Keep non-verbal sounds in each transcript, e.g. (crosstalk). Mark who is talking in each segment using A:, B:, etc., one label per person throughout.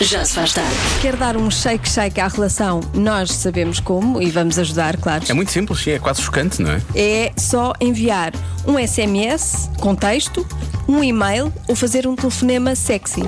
A: Já se faz tarde.
B: Quer dar um shake shake à relação? Nós sabemos como e vamos ajudar, claro.
C: É muito simples, sim, é quase chocante, não é?
B: É só enviar um SMS com texto, um e-mail ou fazer um telefonema sexy.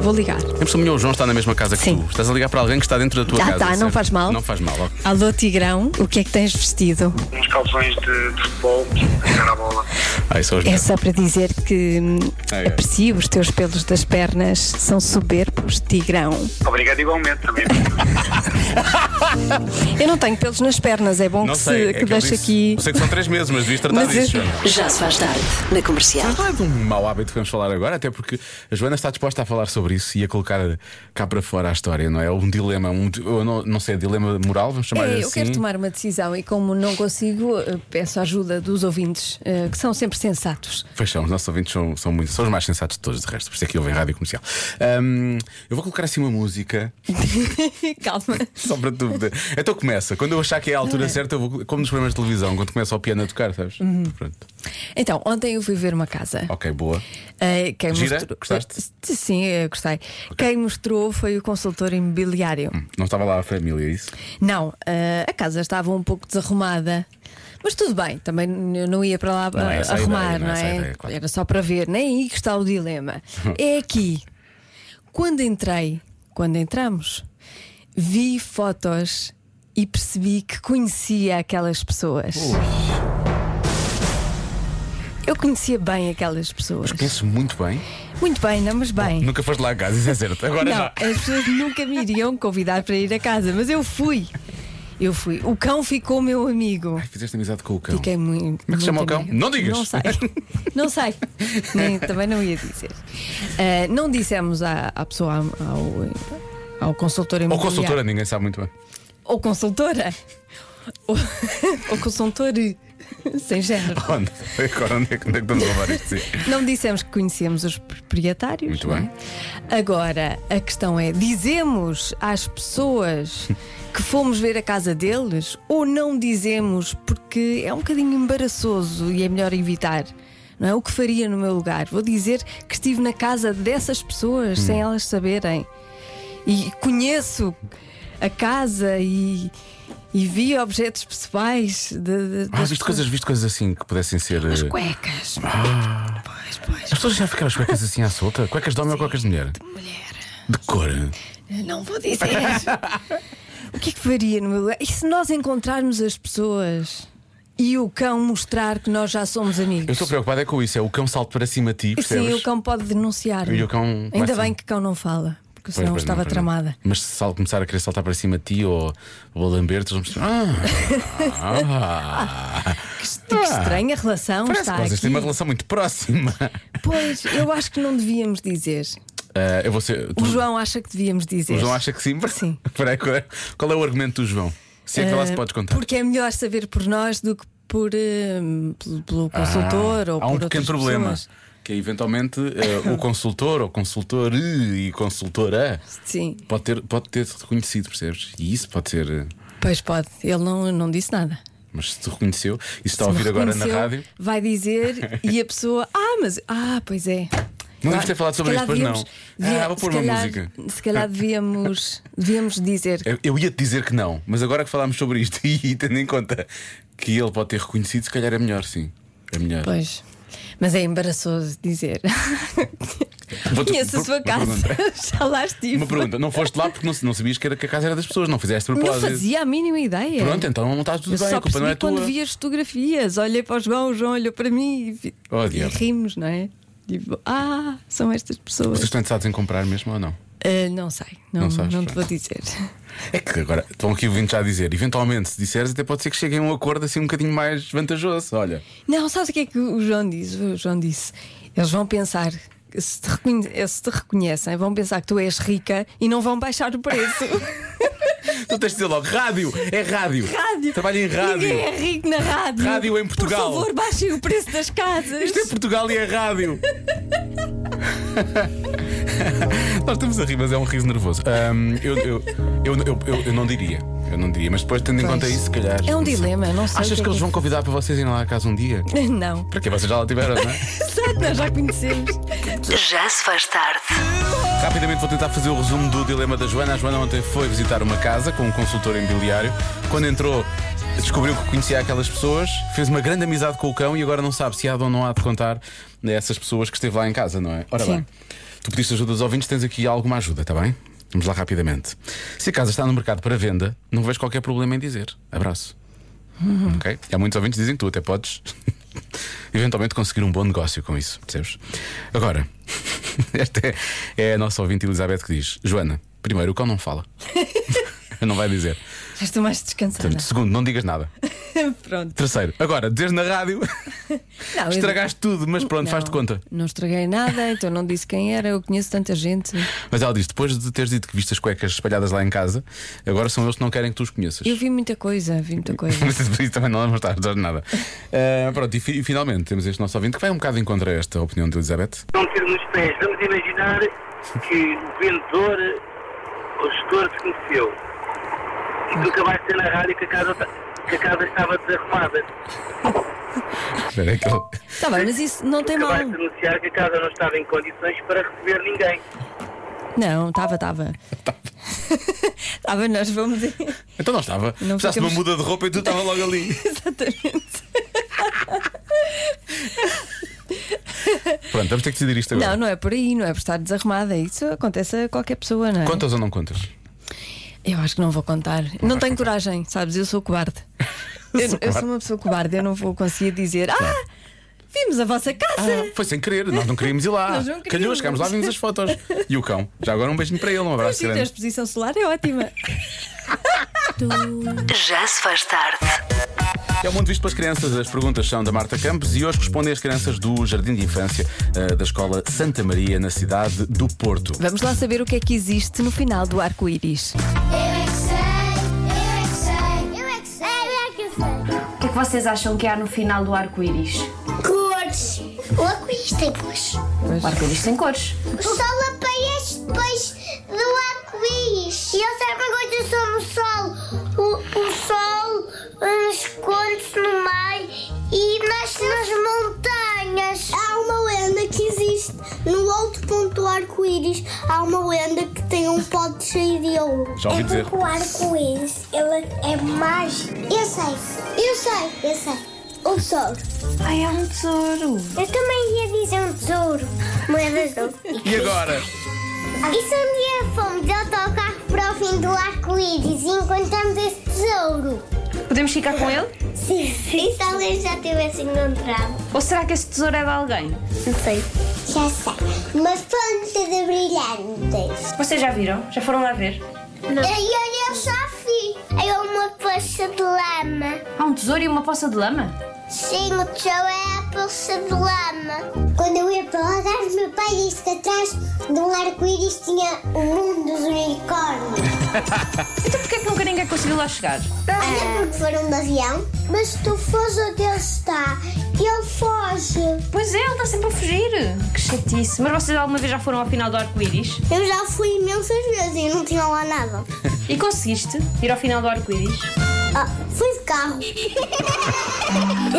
B: Vou ligar.
C: Sempre melhor o João está na mesma casa que
B: Sim.
C: tu. Estás a ligar para alguém que está dentro da tua
B: Ah,
C: casa.
B: tá, não
C: certo?
B: faz mal.
C: Não faz mal, ok.
B: Alô, Tigrão, o que é que tens vestido?
D: uns calções de, de futebol, jogar a bola.
C: Ai, são Ah, os
B: É
C: melhores.
B: só para dizer que hum,
C: Ai, ai.
B: aprecio os teus pelos das pernas, são soberbos, Tigrão.
D: Obrigado igualmente também.
B: Eu não tenho pelos nas pernas, é bom
C: Não
B: que,
C: sei,
B: se,
C: é
B: que
C: que eu
B: deixe
C: disse-
B: aqui.
C: Eu sei que são três meses, mas devias tratar
B: Mas é eu-
C: disso, Joana.
A: Já se faz tarde. Na comercial.
C: Mas não é de um mau hábito que vamos falar agora, até porque a Joana está disposta a falar sobre isso e a colocar cá para fora a história, não é? Um dilema, um, di- eu não, não sei, dilema moral, vamos chamar
B: É,
C: assim.
B: eu quero tomar uma decisão e, como não consigo, eh, peço a ajuda dos ouvintes, eh, que são sempre sensatos.
C: Pois são, os nossos ouvintes são, são, muito, são os mais sensatos de todos, de resto, por isso é que ouvem rádio comercial. Ahm, eu vou colocar assim uma música,
B: (laughs) Calma.
C: (laughs) só para tu. Então começa, quando eu achar que é a altura certa, eu vou. Como nos programas de televisão, quando começa o piano a tocar, sabes?
B: Uhum.
C: Pronto.
B: Então, ontem eu fui ver uma casa.
C: Ok, boa.
B: Eh, quem
C: Oh. Gira?
B: mostrou- Eh,
C: Gostaste?
B: Sim, eu gostei. Quem mostrou foi o consultor imobiliário.
C: Não estava lá a família, é isso?
B: Não, eh, a casa estava um pouco desarrumada. Mas tudo bem, também eu não ia para lá
C: Não é
B: eh,
C: essa a
B: arrumar,
C: ideia, não é
B: não
C: essa
B: é?
C: a ideia, claro.
B: Era só para ver, nem aí que está o
C: (laughs)
B: dilema. É aqui. Quando entrei, quando entramos, vi fotos e percebi que conhecia aquelas pessoas. Eu conhecia bem aquelas pessoas.
C: Penso muito bem.
B: Muito bem, não, mas bem.
C: Nunca foste lá a casa, isso é certo. Agora
B: Não,
C: já.
B: as pessoas nunca me iriam convidar para ir a casa, mas eu fui. Eu fui. O cão ficou meu amigo.
C: Fizeste amizade com o cão.
B: Fiquei muito.
C: Como é que se chama o cão? Não digas.
B: Não
C: (laughs)
B: sei. Não sei. Nem- também não ia dizer. Ah, não dissemos à, à pessoa, ao, ao consultor
C: Ou
B: imobiliário.
C: consultora, ninguém sabe muito bem. (laughs)
B: Ou (laughs) consultora. Ou, ou consultor. Sem género.
C: Onde? Agora onde é que onde é que estamos a levar isto? Sim.
B: Não dissemos que conhecíamos os proprietários.
C: Muito
B: não é?
C: bem.
B: Agora, a questão é: dizemos às
C: (laughs)
B: pessoas que fomos ver a casa deles ou não dizemos porque é um bocadinho embaraçoso e é melhor evitar? Não é o que faria no meu lugar? Vou dizer que estive na casa dessas pessoas sem
C: Hum.
B: elas saberem e conheço a casa e. e vi objetos pessoais de, de-
C: Ah,
B: das
C: viste
B: pessoas.
C: coisas, viste coisas assim que pudessem ser.
B: As
C: eh,
B: cuecas. Pois, pois.
C: As pessoas já ficaram as cuecas assim à
B: (laughs)
C: solta? Cuecas de homem ou cuecas de mulher?
B: Mulher.
C: De cor.
B: Não vou dizer. (laughs) o que é que faria no meu lugar? E se nós encontrarmos as pessoas e o cão mostrar que nós já somos amigos?
C: Eu estou preocupado é com isso, é o cão salto para cima de ti, percebes?
B: Sim, o cão pode denunciar.
C: E o cão vai
B: Ainda
C: ser-
B: bem que o cão não fala, porque
C: Pois,
B: senão eu
C: pois não,
B: estava
C: pois não.
B: tramada.
C: Mas se sal- começar a querer saltar para cima de ti ou, ou a lamber, tu vamos. Ah, ah,
B: (laughs) Que estranha relação
C: Parece
B: está
C: que vocês
B: aqui.
C: têm uma relação muito próxima. (laughs)
B: Pois, eu acho que não devíamos dizer.
C: Ah, eu vou ser. tu-
B: O João acha que devíamos dizer.
C: o João acha que sim? (laughs)
B: Sim.
C: Peraí, qual, é, qual é o argumento do João? Se é que lá se
B: Ah,
C: podes contar.
B: Porque é melhor saber por nós do que por, hum, pelo, pelo consultor
C: Ah,
B: ou
C: há um
B: por
C: pequeno
B: outras
C: problema.
B: pessoas.
C: Que é
B: (laughs)
C: eventualmente eh, o consultor ou consultor e consultora
B: Sim,
C: pode ter, pode ter reconhecido, percebes? E isso pode ser. eh,
B: pois pode. Ele não, não disse nada.
C: Mas se te reconheceu, e se está a
B: Se me
C: ouvir agora na
B: reconheceu,
C: rádio,
B: Vai
C: (laughs)
B: dizer e a pessoa, ah, mas. Ah, pois é.
C: não deves ter falado sobre
B: Se
C: isto,
B: calhar
C: pois não.
B: devíamos- devia-
C: ah, vou
B: se
C: pôr uma
B: calhar-
C: música. É.
B: Se calhar devíamos, devíamos dizer.
C: Eu- Eu ia te dizer que não, mas agora que falámos sobre isto (laughs) e tendo em conta que ele pode ter reconhecido, se calhar é melhor, sim. É melhor.
B: Pois. Mas é embaraçoso dizer.
C: Vou-te-
B: Conheço a
C: por-
B: sua
C: uma
B: casa,
C: pergunta.
B: (laughs) já lá estive.
C: Uma pergunta, não foste lá porque não, não sabias que, era, que a casa era das pessoas, não fizeste
B: Não
C: propósito.
B: fazia a mínima ideia.
C: Pronto, então não estás tudo
B: Eu
C: bem,
B: só
C: a culpa não é
B: percebi quando
C: tua.
B: vi as fotografias. Olhei para o João, o João olhou para mim e, vi-
C: Oh,
B: e
C: diabo.
B: rimos, não é? Tipo, ah, são estas pessoas.
C: Vocês estão interessados em comprar mesmo ou não?
B: Ah, não sei, não,
C: Não sabes,
B: não te
C: pronto.
B: vou dizer.
C: É que agora estão aqui ouvindo já a dizer, eventualmente, se disseres, até pode ser que cheguem a um acordo assim um bocadinho mais vantajoso. Olha,
B: Não, sabes o que é que o João diz? O João disse: eles vão pensar, que se te, reconhe- se te reconhecem, vão pensar que tu és rica e não vão baixar o
C: (laughs)
B: preço.
C: tu tens de dizer logo: rádio, é rádio.
B: rádio.
C: Trabalho em rádio.
B: Ninguém é rico na rádio.
C: Rádio em Portugal. é-
B: Por favor, é baixem o preço das casas.
C: Isto é Portugal e é rádio. Nós estamos a rir, mas é um riso nervoso. Ahm, eu, eu, eu, eu, eu- eu não diria. Eu não diria, mas depois, tendo em
B: Pois.
C: conta isso, se calhar.
B: É um
C: sei.
B: dilema, eu não sei o que
C: Achas que,
B: é
C: eles
B: que-
C: vão convidar para vocês irem lá a casa um
B: (laughs)
C: dia?
B: Não.
C: Para que vocês já lá tiveram, não é?
B: Exato, nós já conhecemos.
A: Já se faz tarde.
C: Rapidamente vou tentar fazer o resumo do dilema da Joana. A Joana ontem foi visitar uma casa com um consultor imobiliário. Quando entrou, descobriu que conhecia aquelas pessoas, fez uma grande amizade com o cão e agora não sabe se há ou não há de contar a essas pessoas que esteve lá em casa, não é? Ora
B: Sim.
C: bem, tu pediste ajuda dos ouvintes, tens aqui alguma ajuda, está bem? Vamos lá rapidamente. Se a casa está no mercado para venda, não vejo qualquer problema em dizer. Abraço. Ok? Há muitos ouvintes que dizem que tu até podes (laughs) eventualmente conseguir um bom negócio com isso, percebes? Agora, (laughs) esta é, é a nossa ouvinte Elizabeth que diz: Joana, primeiro, o cão não fala. (laughs) não vai dizer.
B: Já estou mais descansada.
C: Portanto, segundo, não digas nada.
B: (laughs) Pronto.
C: Terceiro, agora, dizer na
B: (laughs)
C: rádio,
B: Não, eu-
C: estragaste tudo, mas pronto,
B: Não,
C: faz-te conta.
B: Não estraguei nada, então não disse quem era, eu conheço tanta gente.
C: Mas ela diz: depois de teres dito que viste as cuecas espalhadas lá em casa, agora são eles que não querem que tu os conheças.
B: Eu vi muita coisa, vi muita coisa.
C: (laughs) Mas por isso também não é vamos estar a dizer nada. Ah, pronto, e, fi- e finalmente temos este nosso ouvinte que vai um bocado em contra esta opinião de Elizabeth.
E: não tiro nos pés. Vamos imaginar que o vendedor, o gestor desconheceu. E tu acabaste de ter na rádio que a casa, ta- que a casa estava desarrumada.
C: Espera aí que ele-
B: Está Tá bem, mas isso não tem mal.
E: Acabaste de anunciar que a casa não estava em condições para receber ninguém.
B: Não, estava, (laughs) estava. Estava, nós vamos.
C: Então não estava.
B: Não
C: Precisaste de uma
B: ficamos-
C: muda de roupa e tu estava logo ali.
B: (laughs) Exatamente.
C: Pronto, vamos ter que decidir isto agora.
B: Não, não é por aí, não é por estar desarrumada. Isso acontece a qualquer pessoa, não é?
C: Contas ou não contas?
B: Eu acho que não vou contar. Não, tenho coragem, sabes? Eu sou (laughs) cobarde. eu, eu sou uma pessoa cobarde, eu não vou conseguir dizer. Ah, vimos a vossa casa!
C: Ah, foi sem querer, nós não queríamos ir lá.
B: Nós não queríamos.
C: Calhou, chegámos lá, vimos as fotos. E o cão. Já agora um beijinho para ele, um
B: Ah,
C: abraço
B: a
C: grande.
B: exposição solar é (laughs) ótima.
A: Já se faz tarde.
C: É o mundo visto pelas crianças. As perguntas são da Marta Campos e hoje respondem as crianças do Jardim de Infância eh, da Escola Santa Maria, na cidade do Porto.
B: Vamos lá saber o que é que existe no final do arco-íris.
F: Eu é que sei, eu é que sei, eu é que sei, eu é que sei.
G: O que é que vocês acham que há no final do arco-íris?
F: Cores. O arco-íris tem cores.
G: O arco-íris tem cores.
F: O sol aparece depois do arco-íris. E eu sei uma coisa sobre o sol. O, o sol eh, esconde-se no mar e nasce nas montanhas. Há uma lenda que existe no outro ponto do arco-íris. Há uma lenda que tem um pote cheio de ouro. É
C: Já ouvi dizer.
F: O arco-íris, ele é mágico. Eu sei, eu sei, eu sei. O tesouro.
G: Ai, é um tesouro.
F: Eu também ia dizer um tesouro. Moedas de ouro.
C: E agora?
F: E se um dia fomos de autocarro para o fim do arco-íris e encontramos esse tesouro?
G: Podemos ficar com ele?
F: Sim. E se alguém já tivesse encontrado?
G: Ou será que esse tesouro é de alguém?
F: Não sei. Já sei. Uma fonte de brilhantes.
G: Vocês já viram? Já foram lá ver?
F: E olha, eu já vi. É uma poça de lama.
G: Há um tesouro e uma poça de lama?
F: Sim, o tesouro é a poça de lama. Quando eu ia para o Algarve, meu pai disse que atrás de um arco-íris tinha o mundo dos unicórnios.
G: Então porquê é que nunca ninguém conseguiu lá chegar?
F: Olha porque foram de avião. É. Mas se tu fores onde ele está, ele foge.
G: Pois é, ele está sempre a fugir. Que chatice. Mas vocês alguma vez já foram ao final do arco-íris?
F: Eu já fui imensas vezes e não tinha lá nada.
G: E conseguiste ir ao final do arco-íris?
F: Ah, fui de (laughs) carro.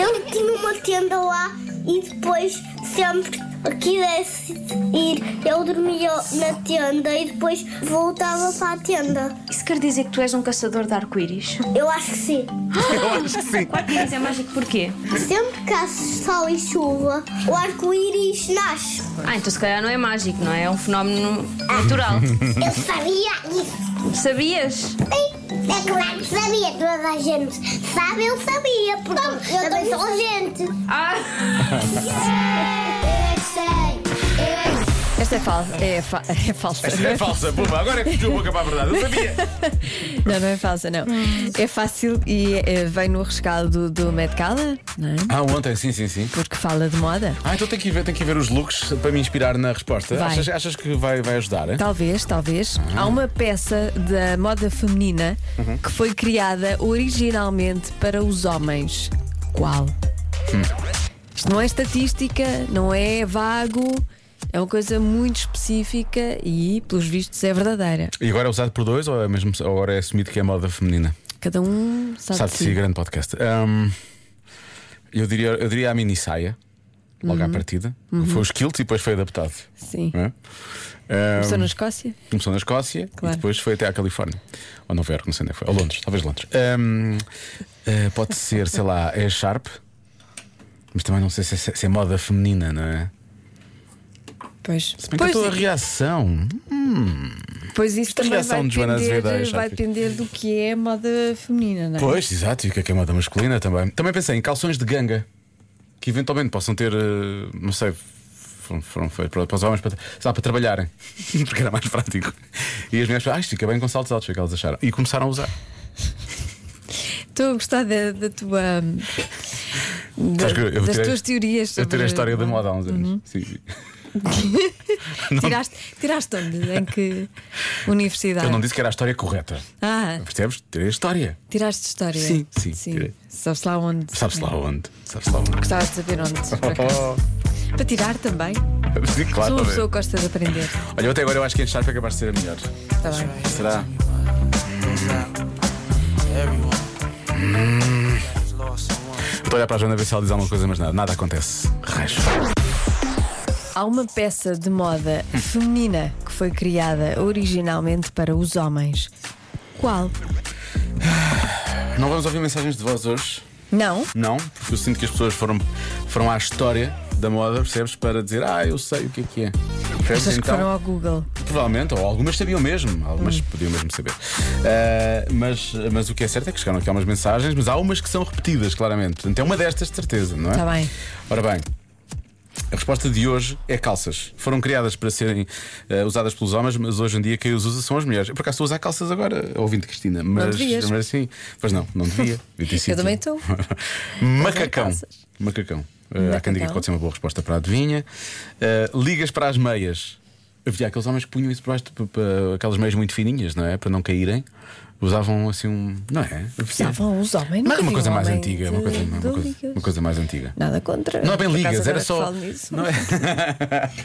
F: eu tinha uma tenda lá e depois sempre que quisesse ir, eu dormia na tenda e depois voltava para a tenda.
G: Isso quer dizer que tu és um caçador de arco-íris?
F: Eu acho que sim.
G: O arco-íris é mágico porquê?
F: Sempre que há sol e chuva, o arco-íris nasce.
G: Ah, então se calhar não é mágico, não é? É um fenómeno natural.
F: Eu sabia isso.
G: Sabias?
F: É claro que sabia, toda a gente sabe, eu sabia, porque eu também sou gente.
G: Ah!
F: Eu é que sei, eu é que sei.
B: Esta é falsa. É, fa- (laughs) é falsa. não
C: É falsa, puma. Agora é que fugiu a boca para a verdade. Eu sabia.
B: Não, não é falsa, não. É fácil e é- vem no rescaldo do, do Met Gala, não é?
C: Ah, ontem, sim, sim, sim.
B: Porque fala de moda.
C: Ah, então tem que ir ver, tem que ir ver os looks para me inspirar na resposta.
B: Vai. Tá.
C: Achas, achas que vai, vai ajudar? hein?
B: Talvez, talvez. Há uma peça da moda feminina
C: Uhum.
B: que foi criada originalmente para os homens.
C: Hum.
B: Qual? Isto não é estatística, não é vago. É uma coisa muito específica e, pelos vistos, é verdadeira.
C: E agora é usado por dois ou é mesmo ou agora é assumido que é moda feminina?
B: Cada um sabe,
C: Sabe
B: de
C: de
B: si.
C: si, grande podcast. Hum, eu, diria, eu diria a mini saia, logo à
B: Uhum.
C: partida. Foi os kilts e depois foi adaptado.
B: Sim.
C: não é? Hum,
B: Começou na Escócia?
C: Começou na Escócia
B: Claro.
C: e depois foi até à Califórnia. Ou Nova Iorque, não sei onde é que foi. Ou Londres, talvez Londres. Hum, eh, pode ser, sei lá, é Sharp, mas também não sei se é, se é moda feminina, não é?
B: Pois.
C: Se bem que
B: pois, é.
C: a tua reação.
B: pois isso
C: a
B: também vai
C: reação de Joana
B: depender,
C: Azevedo, é,
B: vai
C: Chapi?
B: depender do que é moda feminina, não é?
C: Pois, exato, e o que é que é moda masculina também. Também pensei em calções de ganga, que eventualmente possam ter, eh, não sei, foram, foram feitos para, para os homens para, sei lá, para trabalharem, (laughs) porque era mais prático. E as mulheres falaram, ah, isto fica bem com saltos altos, foi o que elas acharam. E começaram a usar.
B: Estou a gostar da, da tua. hum, da-
C: Sabes que eu
B: das
C: tirei-
B: tuas teorias.
C: Eu tirei a história da
B: sobre- hum,
C: moda há uns anos. Sim, sim.
B: Tiraste, tiraste onde? Em
C: (laughs)
B: que universidade?
C: Eu não disse que era a história correta.
B: Ah,
C: Percebes? Tirei a história.
B: tiraste história.
C: Sim, sim, tirei.
B: Sabes lá onde?
C: Sabe-se lá onde? Sabe-se lá onde?
B: Gostava de saber onde. por
C: (laughs)
B: acaso. Para tirar também.
C: Sim,
B: Sou
C: claro,
B: uma
C: talvez.
B: pessoa que gosta de aprender.
C: Olha, eu até agora eu acho que a Sharp é capaz de ser a melhor.
B: Está bem.
C: Será? Hum. Estou a olhar para a Joana ver se ela diz alguma coisa, mas nada, nada acontece. Raios.
B: Há uma peça de moda feminina que foi criada originalmente para os homens. Qual?
C: Não vamos ouvir mensagens de voz hoje,
B: Não?
C: não, porque eu sinto que as pessoas foram, foram à história da moda, percebes? Para dizer, ah, eu sei o que é que é. Percebes?
B: Pessoas que foram ao Google.
C: Provavelmente, ou algumas sabiam mesmo, algumas
B: Hum.
C: podiam mesmo saber. Ah, mas, mas o que é certo é que chegaram aqui algumas mensagens, mas há umas que são repetidas, claramente. Portanto, é uma destas, de certeza, não é?
B: Tá bem.
C: Ora bem. A resposta de hoje é calças. Foram criadas para serem ah, usadas pelos homens, mas hoje em dia quem as usa são as mulheres. Eu por acaso estou a usar calças agora, ouvindo Cristina, mas,
B: devias.
C: mas sim. Pois não, não
B: (laughs)
C: devia. Devia ter sido.
B: também
C: (laughs)
B: estou.
C: Macacão.
B: calças.
C: Macacão. Ah, Há
B: Macacão.
C: quem diga que pode ser uma boa resposta para a adivinha. Ah, ligas para as meias. Havia aqueles homens que punham isso para baixo, de- para- aquelas meias muito fininhas, não é? Para não caíram. Usavam assim um. Não é?
B: Usavam os homens. nunca
C: Mas é uma
B: vi
C: coisa
B: um
C: mais
B: homem
C: antiga. é
B: de-
C: Uma coisa, uma
B: de
C: coisa,
B: ligas.
C: uma coisa mais antiga.
B: Nada contra.
C: Não é bem
B: Por acaso
C: ligas,
B: agora
C: era
B: que
C: só.
B: falo nisso,
C: Não é?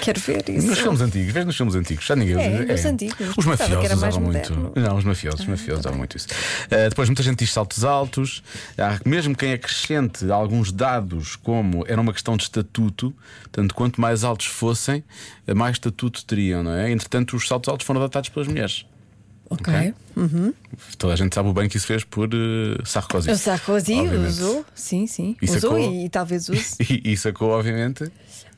B: Quero ver
C: Nos
B: isso. um-
C: filmes antigos, vês nos filmes antigos, já ninguém
B: É,
C: usa-
B: nos antigos.
C: Os
B: Pensava que
C: mafiosos
B: era mais
C: usavam
B: moderno. tá
C: muito. Não, os mafiosos, os mafiosos usavam muito isso. Ah, depois muita gente diz saltos altos. Há mesmo quem acrescente alguns dados, como era uma questão de estatuto, portanto, quanto mais altos fossem, mais estatuto teriam, não é? Entretanto, os saltos altos foram adaptados pelas mulheres.
B: Ok.
C: Toda a gente sabe o bem que isso fez por eh, Sarkozy.
B: O Sarkozy
C: Obviamente. é
B: usou, sim, sim.
C: E
B: usou
C: sacou-
B: e, e talvez use.
C: (laughs)
B: Ah,
C: E, e sacou, obviamente,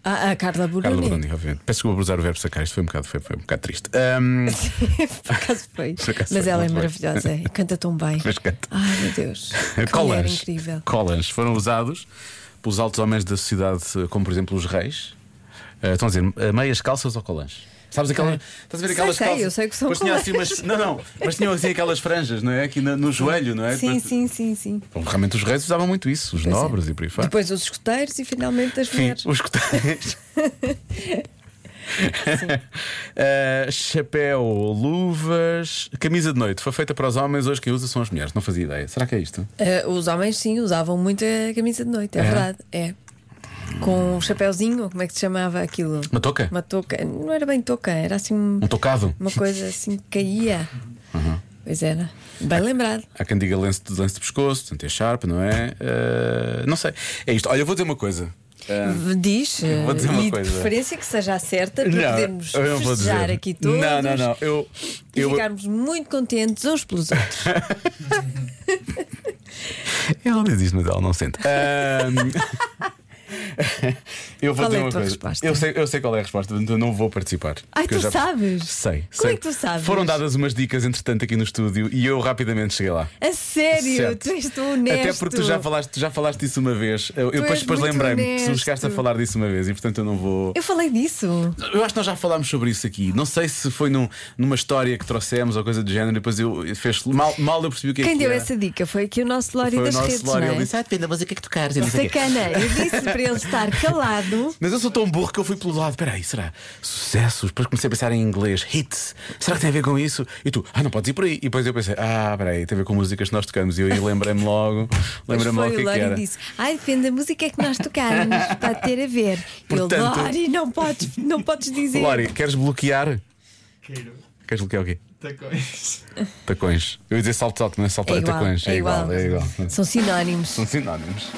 B: A, a Carla
C: Carla
B: Bruni.
C: Bruni, obviamente. Peço desculpa por usar o verbo sacar, isto foi um bocado, foi, foi um bocado triste. Ahm,
B: (laughs) Por acaso foi.
C: Por acaso
B: Mas
C: foi,
B: ela é
C: muito bem.
B: maravilhosa e canta tão bem.
C: Mas canta.
B: Ai meu
C: (laughs)
B: Deus. Que mulher
C: Colãs.
B: incrível.
C: Colãs foram usados pelos altos homens da sociedade, como por exemplo os reis. Eh, estão a dizer eh, meias calças ou colãs? Sabes aquelas.
B: Ok.
C: Estás a ver aquelas
B: Sei, sei,
C: calças?
B: eu sei que são
C: Depois tinha assim umas- Não, não, mas tinham assim aquelas franjas, não é? Aqui na- no, joelho, não é?
B: Sim,
C: Depois-
B: sim, sim, sim.
C: Bom, realmente os reis usavam muito isso, os
B: Pois é.
C: nobres e por aí fora.
B: Depois os escuteiros e finalmente as
C: Enfim,
B: mulheres. (laughs)
C: os cotais. Eh, chapéu, luvas, camisa de noite. Foi feita para os homens, hoje quem usa são as mulheres. Não fazia ideia. Será que é isto?
B: Ah, os homens sim usavam muito a camisa de noite, é,
C: É?
B: verdade. É. Com um chapéuzinho, ou como é que se chamava aquilo?
C: Uma touca?
B: Uma touca. Não era bem touca, era assim um-
C: Um tocado?
B: uma coisa assim que caía.
C: Uhum.
B: Pois era. Bem lembrado.
C: Há quem diga lenço de, lenço de pescoço, portanto é sharp, não é? Eh, não sei. É isto. Olha, eu vou dizer uma coisa. Eh,
B: Diz,
C: Eu vou dizer uma
B: e
C: coisa.
B: de preferência que seja a certa para podermos
C: eu não vou
B: festejar
C: dizer.
B: aqui todos
C: Não, não, não. Eu,
B: e
C: eu,
B: ficarmos muito contentes uns
C: (laughs)
B: pelos outros.
C: Ela diz isto, mas ela não sente. Ahm, (laughs) eu vou
B: Qual
C: dizer
B: é a
C: uma
B: tua
C: coisa.
B: resposta?
C: Eu, sei, eu sei qual é a resposta, portanto eu não vou participar.
B: Ai,
C: Porque
B: tu
C: eu já-
B: sabes?
C: Sei.
B: Como
C: sei.
B: é que tu sabes?
C: Foram dadas umas dicas, entretanto, aqui no estúdio e eu rapidamente cheguei lá.
B: A sério,
C: Certo.
B: tu és tão honesto.
C: Até porque tu já falaste, tu já falaste disso uma vez. Eu, eu
B: Tu és
C: depois, depois
B: muito
C: lembrei-me que tu
B: honesto.
C: chegaste a falar disso uma vez e portanto eu não vou.
B: Eu falei disso.
C: Eu acho que nós já falámos sobre isso aqui. Não sei se foi num- numa história que trouxemos ou coisa do género. Depois eu fez mal, mal eu percebi o que é
B: Quem
C: que
B: deu
C: era.
B: essa dica foi aqui o nosso Lori
C: Foi o
B: das
C: nosso
B: redes,
C: Lori,
B: não é?
C: ele disse,
H: Ah, depende da música que tocares. e não sei o quê.
B: Sacana, eu disse para ele estar calado.
C: Mas eu sou tão burro que eu fui pelo lado. Peraí, será? Sucessos? Depois comecei a pensar em inglês. Hits. Será que tem a ver com isso? E tu, ah, não podes ir por aí. E depois eu pensei, ah, peraí, tem a ver com músicas que nós tocamos. E eu aí lembrei-me
B: (laughs)
C: logo.
B: Mas
C: Lembrei-me
B: foi
C: logo o que,
B: o
C: é que
B: Lori
C: era.
B: disse: Ai, depende da música que nós
C: (laughs)
B: tocarmos, para ter a ver. eu,
C: Portanto-
B: Lori, não podes, não podes dizer.
C: Lori, queres bloquear?
H: Queiro,
C: Queres bloquear o quê?
H: tacões.
C: Tacões. Eu ia dizer salto alto, não é salto
B: É
C: alto,
B: igual,
C: tacões.
B: é
C: igual,
B: igual.
C: é igual.
B: São sinónimos.
C: São sinónimos.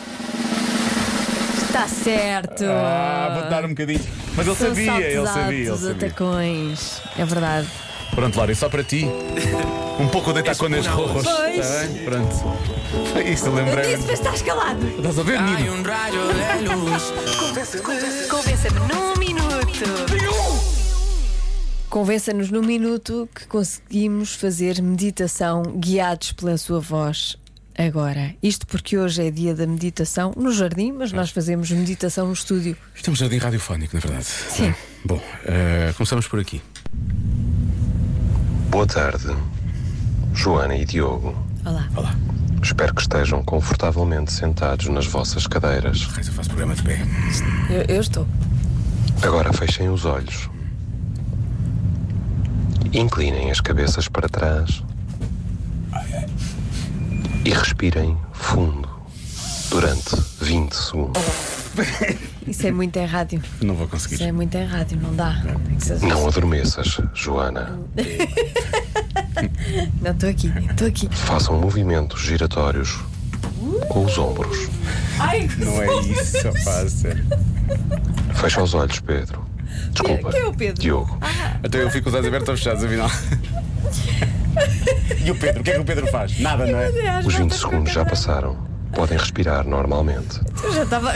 B: Está certo.
C: Ah, vou dar um bocadinho. Mas ele
B: São
C: sabia, ele
B: saltos
C: sabia, ele
B: altos,
C: sabia.
B: atacões. É verdade.
C: Pronto, Lori, só para ti. Um pouco de tacones rojos. Está
B: Pois.
C: Tá bem? Pronto. Foi isso,
B: Eu
C: lembrei.
B: disse, mas estás calado.
C: Estás a ver, Nino?
A: Convença-me num minuto.
B: Convença-nos num minuto que conseguimos fazer meditação guiados pela sua voz agora. Isto porque hoje é dia da meditação no jardim, mas nós fazemos meditação no estúdio.
C: Isto é um jardim radiofónico, na verdade.
B: Sim.
C: Bom, eh, começamos por aqui.
I: Boa tarde, Joana e Diogo.
B: Olá.
C: Olá.
I: Espero que estejam confortavelmente sentados nas vossas cadeiras.
C: Reis, eu faço programa de pé.
B: Eu, eu estou.
I: Agora fechem os olhos. Inclinem as cabeças para trás. E respirem fundo durante 20 segundos.
B: Isso é muito em rádio.
C: Não vou
B: Isso é
C: conseguir.
B: muito em rádio, não dá. Tem que ser-
I: Não adormeças, Joana.
B: Não, estou aqui, estou aqui.
I: Façam movimentos um giratórios com os ombros.
C: Não é
B: (laughs)
C: isso, rapaz.
I: Fecha os olhos, Pedro. Desculpa.
B: Quem é o Pedro?
I: Diogo.
C: Até eu fico com os olhos abertos ou fechados, afinal. E o Pedro? O que é que o Pedro faz? Nada, não é?
I: Os 20 segundos já passaram. Podem respirar normalmente.
B: Eu já estava.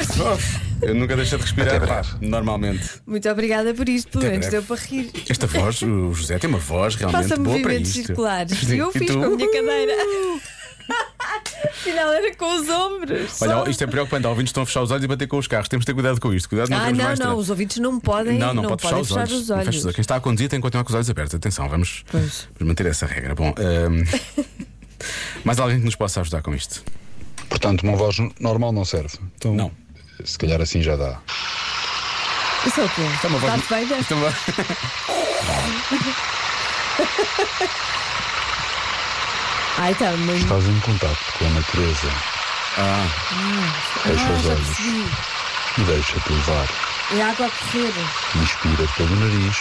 C: Eu nunca deixei de respirar,
I: Até
C: pá,
I: breve.
C: normalmente.
B: Muito obrigada por isto, pelo
C: Até
B: menos deu
C: breve.
B: para rir.
C: Esta voz, o José tem uma voz realmente
B: Faça
C: boa para
B: movimentos
C: isto.
B: circulares.
C: Sim,
B: Eu
C: e
B: fiz
C: tu? Uh!
B: com a minha cadeira. (laughs) Afinal, era com os ombros. só.
C: Olha, isto é preocupante. Há ouvintes que estão a fechar os olhos e bater com os carros. Temos de ter cuidado com isto. Cuidado, não
B: Ah,
C: queremos
B: não,
C: mais
B: não,
C: trânsito.
B: os ouvintes não podem,
C: Não, não, pode fechar, os,
B: fechar
C: olhos.
B: os
C: Não fecha
B: olhos.
C: Quem está a conduzir tem que continuar com os olhos abertos. Atenção, vamos,
B: Pois.
C: vamos manter essa regra. Bom, hum,
B: (laughs)
C: mais alguém que nos possa ajudar com isto?
J: Portanto, uma voz normal não serve. Então,
C: Não.
J: Se calhar assim já dá.
B: Isso é o quê?
C: é uma voz-
B: Darth Vader?
C: Isto é uma- (laughs)
B: Ah, então, mas...
J: Estás em um contato com a natureza. Fecha
B: ah,
J: os
B: já
J: olhos
B: percebi.
J: e deixa-te levar.
B: É água a correr.
J: Inspira pelo nariz,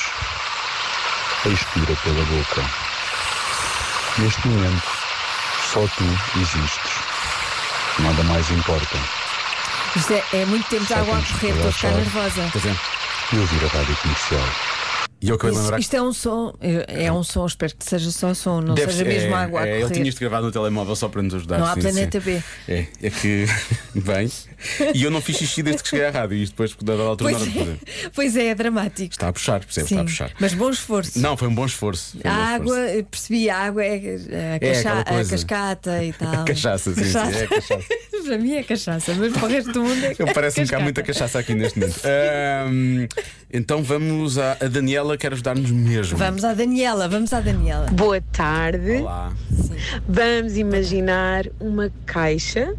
J: expira pela boca. Neste momento, só tu existes. Nada mais importa.
B: Isto é, é muito tempo de
J: Já
B: água a
J: temos que
B: correr, estou a ficar
J: relaxar.
B: nervosa.
C: Pois é.
J: E ouvir a rádio comercial.
C: E eu acabei de
B: Isso-
C: lembrar
B: isto é um som, é é um som, espero que seja só som, não
C: Deve
B: seja
C: ser-
B: mesmo água a
C: é,
B: correr.
C: Ele tinha isto gravado no telemóvel só para nos ajudar.
B: Não há
C: sim,
B: planeta
C: sim.
B: B.
C: É, é que. (laughs) Bem. E eu não fiz xixi desde que cheguei à rádio. E isto depois, da da altura, não
B: Pois
C: era de poder.
B: é, pois é, é dramático.
C: Está a puxar, percebes?
B: Sim,
C: Está a puxar.
B: Mas bom esforço.
C: Não, foi um bom esforço. Foi
B: a
C: um bom
B: água,
C: esforço.
B: eu percebi, a água é, a, cacha-
C: aquela
B: a
C: coisa.
B: cascata
C: (laughs)
B: e tal.
C: Cachaça, sim, sim, é cachaça.
B: (laughs) para mim é cachaça, mas para o resto do mundo é
C: Eu parece-me que há
B: cascata.
C: muita cachaça aqui neste momento. Ahm, então vamos à a Daniela, quer ajudar-nos mesmo.
B: Vamos à Daniela, vamos à Daniela.
K: Boa tarde.
C: Olá.
K: Vamos imaginar uma caixa,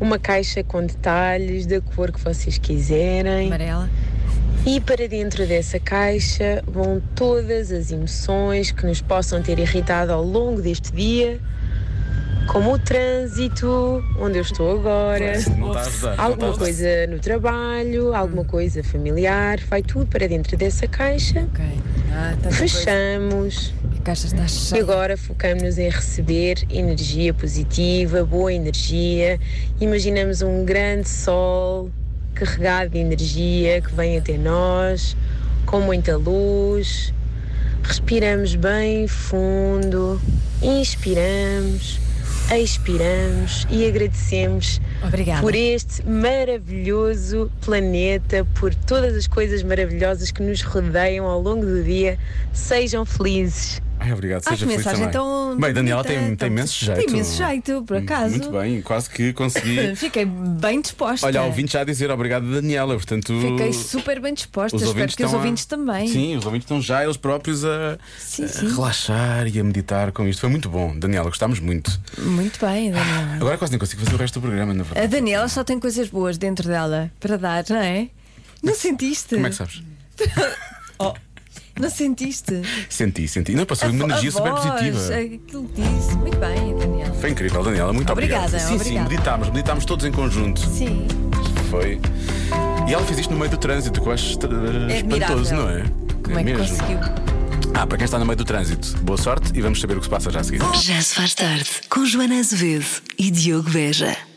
K: uma caixa com detalhes da cor que vocês quiserem.
B: Amarela.
K: E para dentro dessa caixa vão todas as emoções que nos possam ter irritado ao longo deste dia, como o trânsito, onde eu estou agora.
C: Não está a ajudar. não está a
K: Alguma
C: ajudar.
K: coisa no trabalho, alguma coisa familiar, vai tudo para dentro dessa caixa.
B: Ok. Ah, tanta coisa.
K: Fechamos.
B: A caixa está
K: E
B: cheia.
K: agora focamos-nos em receber energia positiva, boa energia. Imaginamos um grande sol carregado de energia que vem até nós, com muita luz. Respiramos bem fundo, inspiramos, expiramos e agradecemos
B: Obrigada.
K: por este maravilhoso planeta, por um todas as coisas maravilhosas que nos rodeiam ao longo do dia. Sejam felizes.
C: Ai, obrigado,
B: Ah,
C: seja
B: que
C: feliz
B: mensagem
C: também.
B: tão-
C: Bem, Daniela
B: bonita,
C: tem,
B: tão-
C: tem imenso
B: tem
C: jeito. Hum,
B: imenso jeito, por acaso.
C: Muito bem, quase que consegui.
B: Fiquei bem disposta.
C: Olha, ouvinte já a dizer obrigado, Daniela. Portanto,
B: Fiquei super bem disposta.
C: os
B: Espero
C: ouvintes
B: que os
C: estão a-
B: ouvintes também.
C: Sim, os ouvintes estão já eles próprios a, a
B: sim.
C: relaxar e a meditar com isto. Foi muito bom, Daniela, gostámos muito.
B: Muito bem, Daniela.
C: Agora quase nem consigo fazer o resto do programa, na verdade.
B: A Daniela só tem coisas boas dentro dela para dar, não é? Não sentiste?
C: Como é que sabes?
B: Não sentiste?
C: Senti, senti. Não, passou
B: A
C: uma
B: vo-
C: energia
B: a
C: super
B: voz,
C: positiva.
B: Aquilo que disse. Muito bem, Daniela.
C: Foi incrível, Daniela. Muito
B: Obrigada,
C: obrigado. Sim,
B: obrigada.
C: sim, meditámos, meditámos todos em conjunto.
B: Sim.
C: Foi. E ela fez isto no meio do trânsito, que eu acho estra-
B: É admirável.
C: espantoso, não é?
B: Como é, que
C: mesmo.
B: conseguiu?
C: Ah, para quem está no meio do trânsito, boa sorte e vamos saber o que se passa já a seguir.
A: Já se faz tarde com Joana Azevedo e Diogo Veja.